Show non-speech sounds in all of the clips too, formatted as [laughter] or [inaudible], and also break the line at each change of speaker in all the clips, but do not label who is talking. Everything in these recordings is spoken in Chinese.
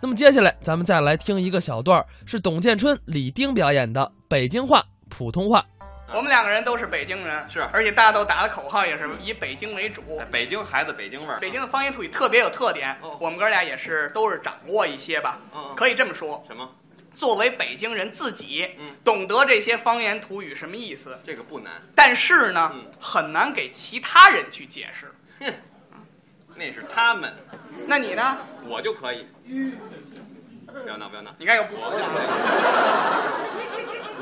那么接下来咱们再来听一个小段儿，是董建春、李丁表演的北京话、普通话。
我们两个人都是北京人，
啊是嗯
而且大家都打的口号也是以北京为主。
哎北京孩子北京味儿，
北京的方言土语特别有特点，
哦
我们哥俩也是都是掌握一些吧，
嗯嗯
可以这么说。
什么？
作为北京人自己，
嗯
懂得这些方言土语什么意思，
这个不难，
但是呢，
嗯
很难给其他人去解释。
哼，那是他们，
那你呢？
我就可以。不要闹，不要闹，
你看又不服了，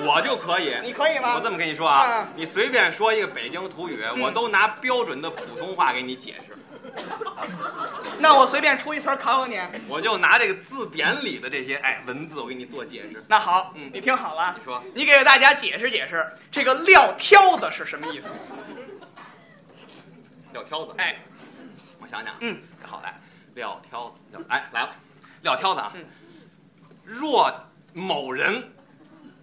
我就可以。
你可以吗？
我这么跟你说啊
嗯，
你随便说一个北京土语，我都拿标准的普通话给你解释。
那我随便出一词儿考考你。
我就拿这个字典里的这些哎文字，我给你做解释。
那好，
嗯
你听好了，
你说
你给大家解释解释这个撂挑子是什么意思？
撂挑子，
哎，
我想啊想，
嗯，
好来，撂挑子，撂哎来了，撂挑子啊
嗯。
若某人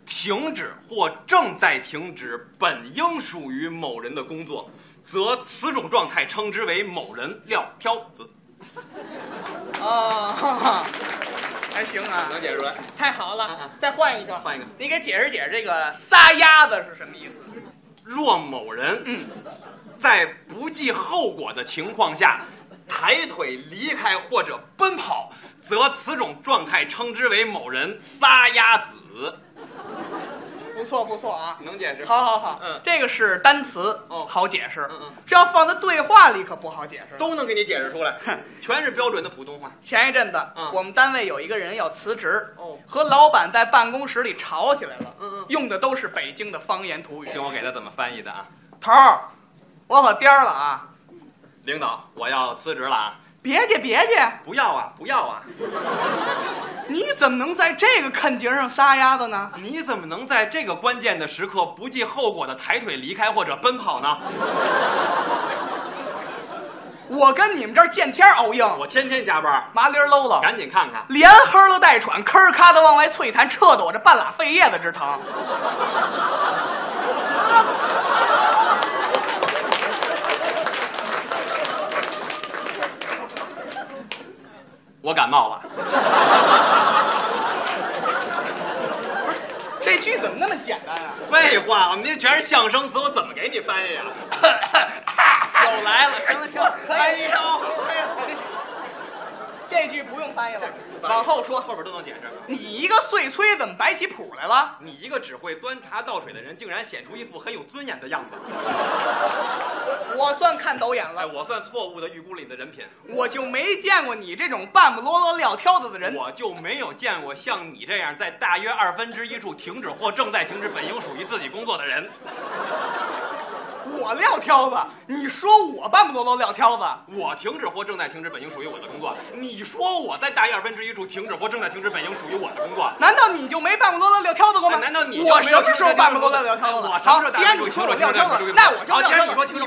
停止或正在停止本应属于某人的工作，则此种状态称之为某人撂挑子。
哦，哈哈还行啊，
能解释出来？
太好
嗯
了
嗯，
再换一个，
换一个，
你给解释解释这个撒丫子是什么意思？
若某人
嗯，
在不计后果的情况下，抬腿离开或者奔跑，则此种状态称之为某人撒丫子。
不错不错啊，
能解释？
好好好，
嗯
这个是单词，
哦
好解释，
嗯嗯
这要放在对话里可不好解释。
都能给你解释出来，全是标准的普通话。
前一阵子，
嗯
我们单位有一个人要辞职，
哦
和老板在办公室里吵起来了，
嗯嗯
用的都是北京的方言土语。
听我给他怎么翻译的啊，
头儿，我可颠儿了啊！
领导，我要辞职了啊！
别介别介，
不要啊，不要啊！
你怎么能在这个坎节上撒丫子呢？
你怎么能在这个关键的时刻不计后果的抬腿离开或者奔跑呢？
我跟你们这儿见天儿熬硬，
我天天加班，
麻溜儿搂了，
赶紧看看。
连哼儿都带喘，吭儿咔的往外啐痰，撤得我这半拉肺叶子直疼。
我感冒了。
这句怎么那么简单啊？
废话，我们这全是相声词，我怎么给你翻译 [laughs] 啊？
又来了，行了行了，
哎呦
哎呦，这句不用翻译了，
翻译
往后说。
后边都能解释。
你一个碎催怎么摆起谱来了？
你一个只会端茶倒水的人，竟然显出一副很有尊严的样子。
我算看走眼
哎，
了，
我算错误的预估了你的人品，
我就没见过你这种半不啰啰撂挑子的人。
我就没有见过像你这样在大约二分之一处停止或正在停止本应属于自己工作的人。
我撂挑子，你说我半不啰啰撂挑子，
我停止或正在停止本应属于我的工作，你说我在大约二分之一处停止或正在停止本应属于我的工作。
难道你就没半不啰啰撂挑子过吗？
难道你
我什么时候半不啰啰撂挑子了？
我
啊好，既然你说我撂挑子，那我就撂挑子。你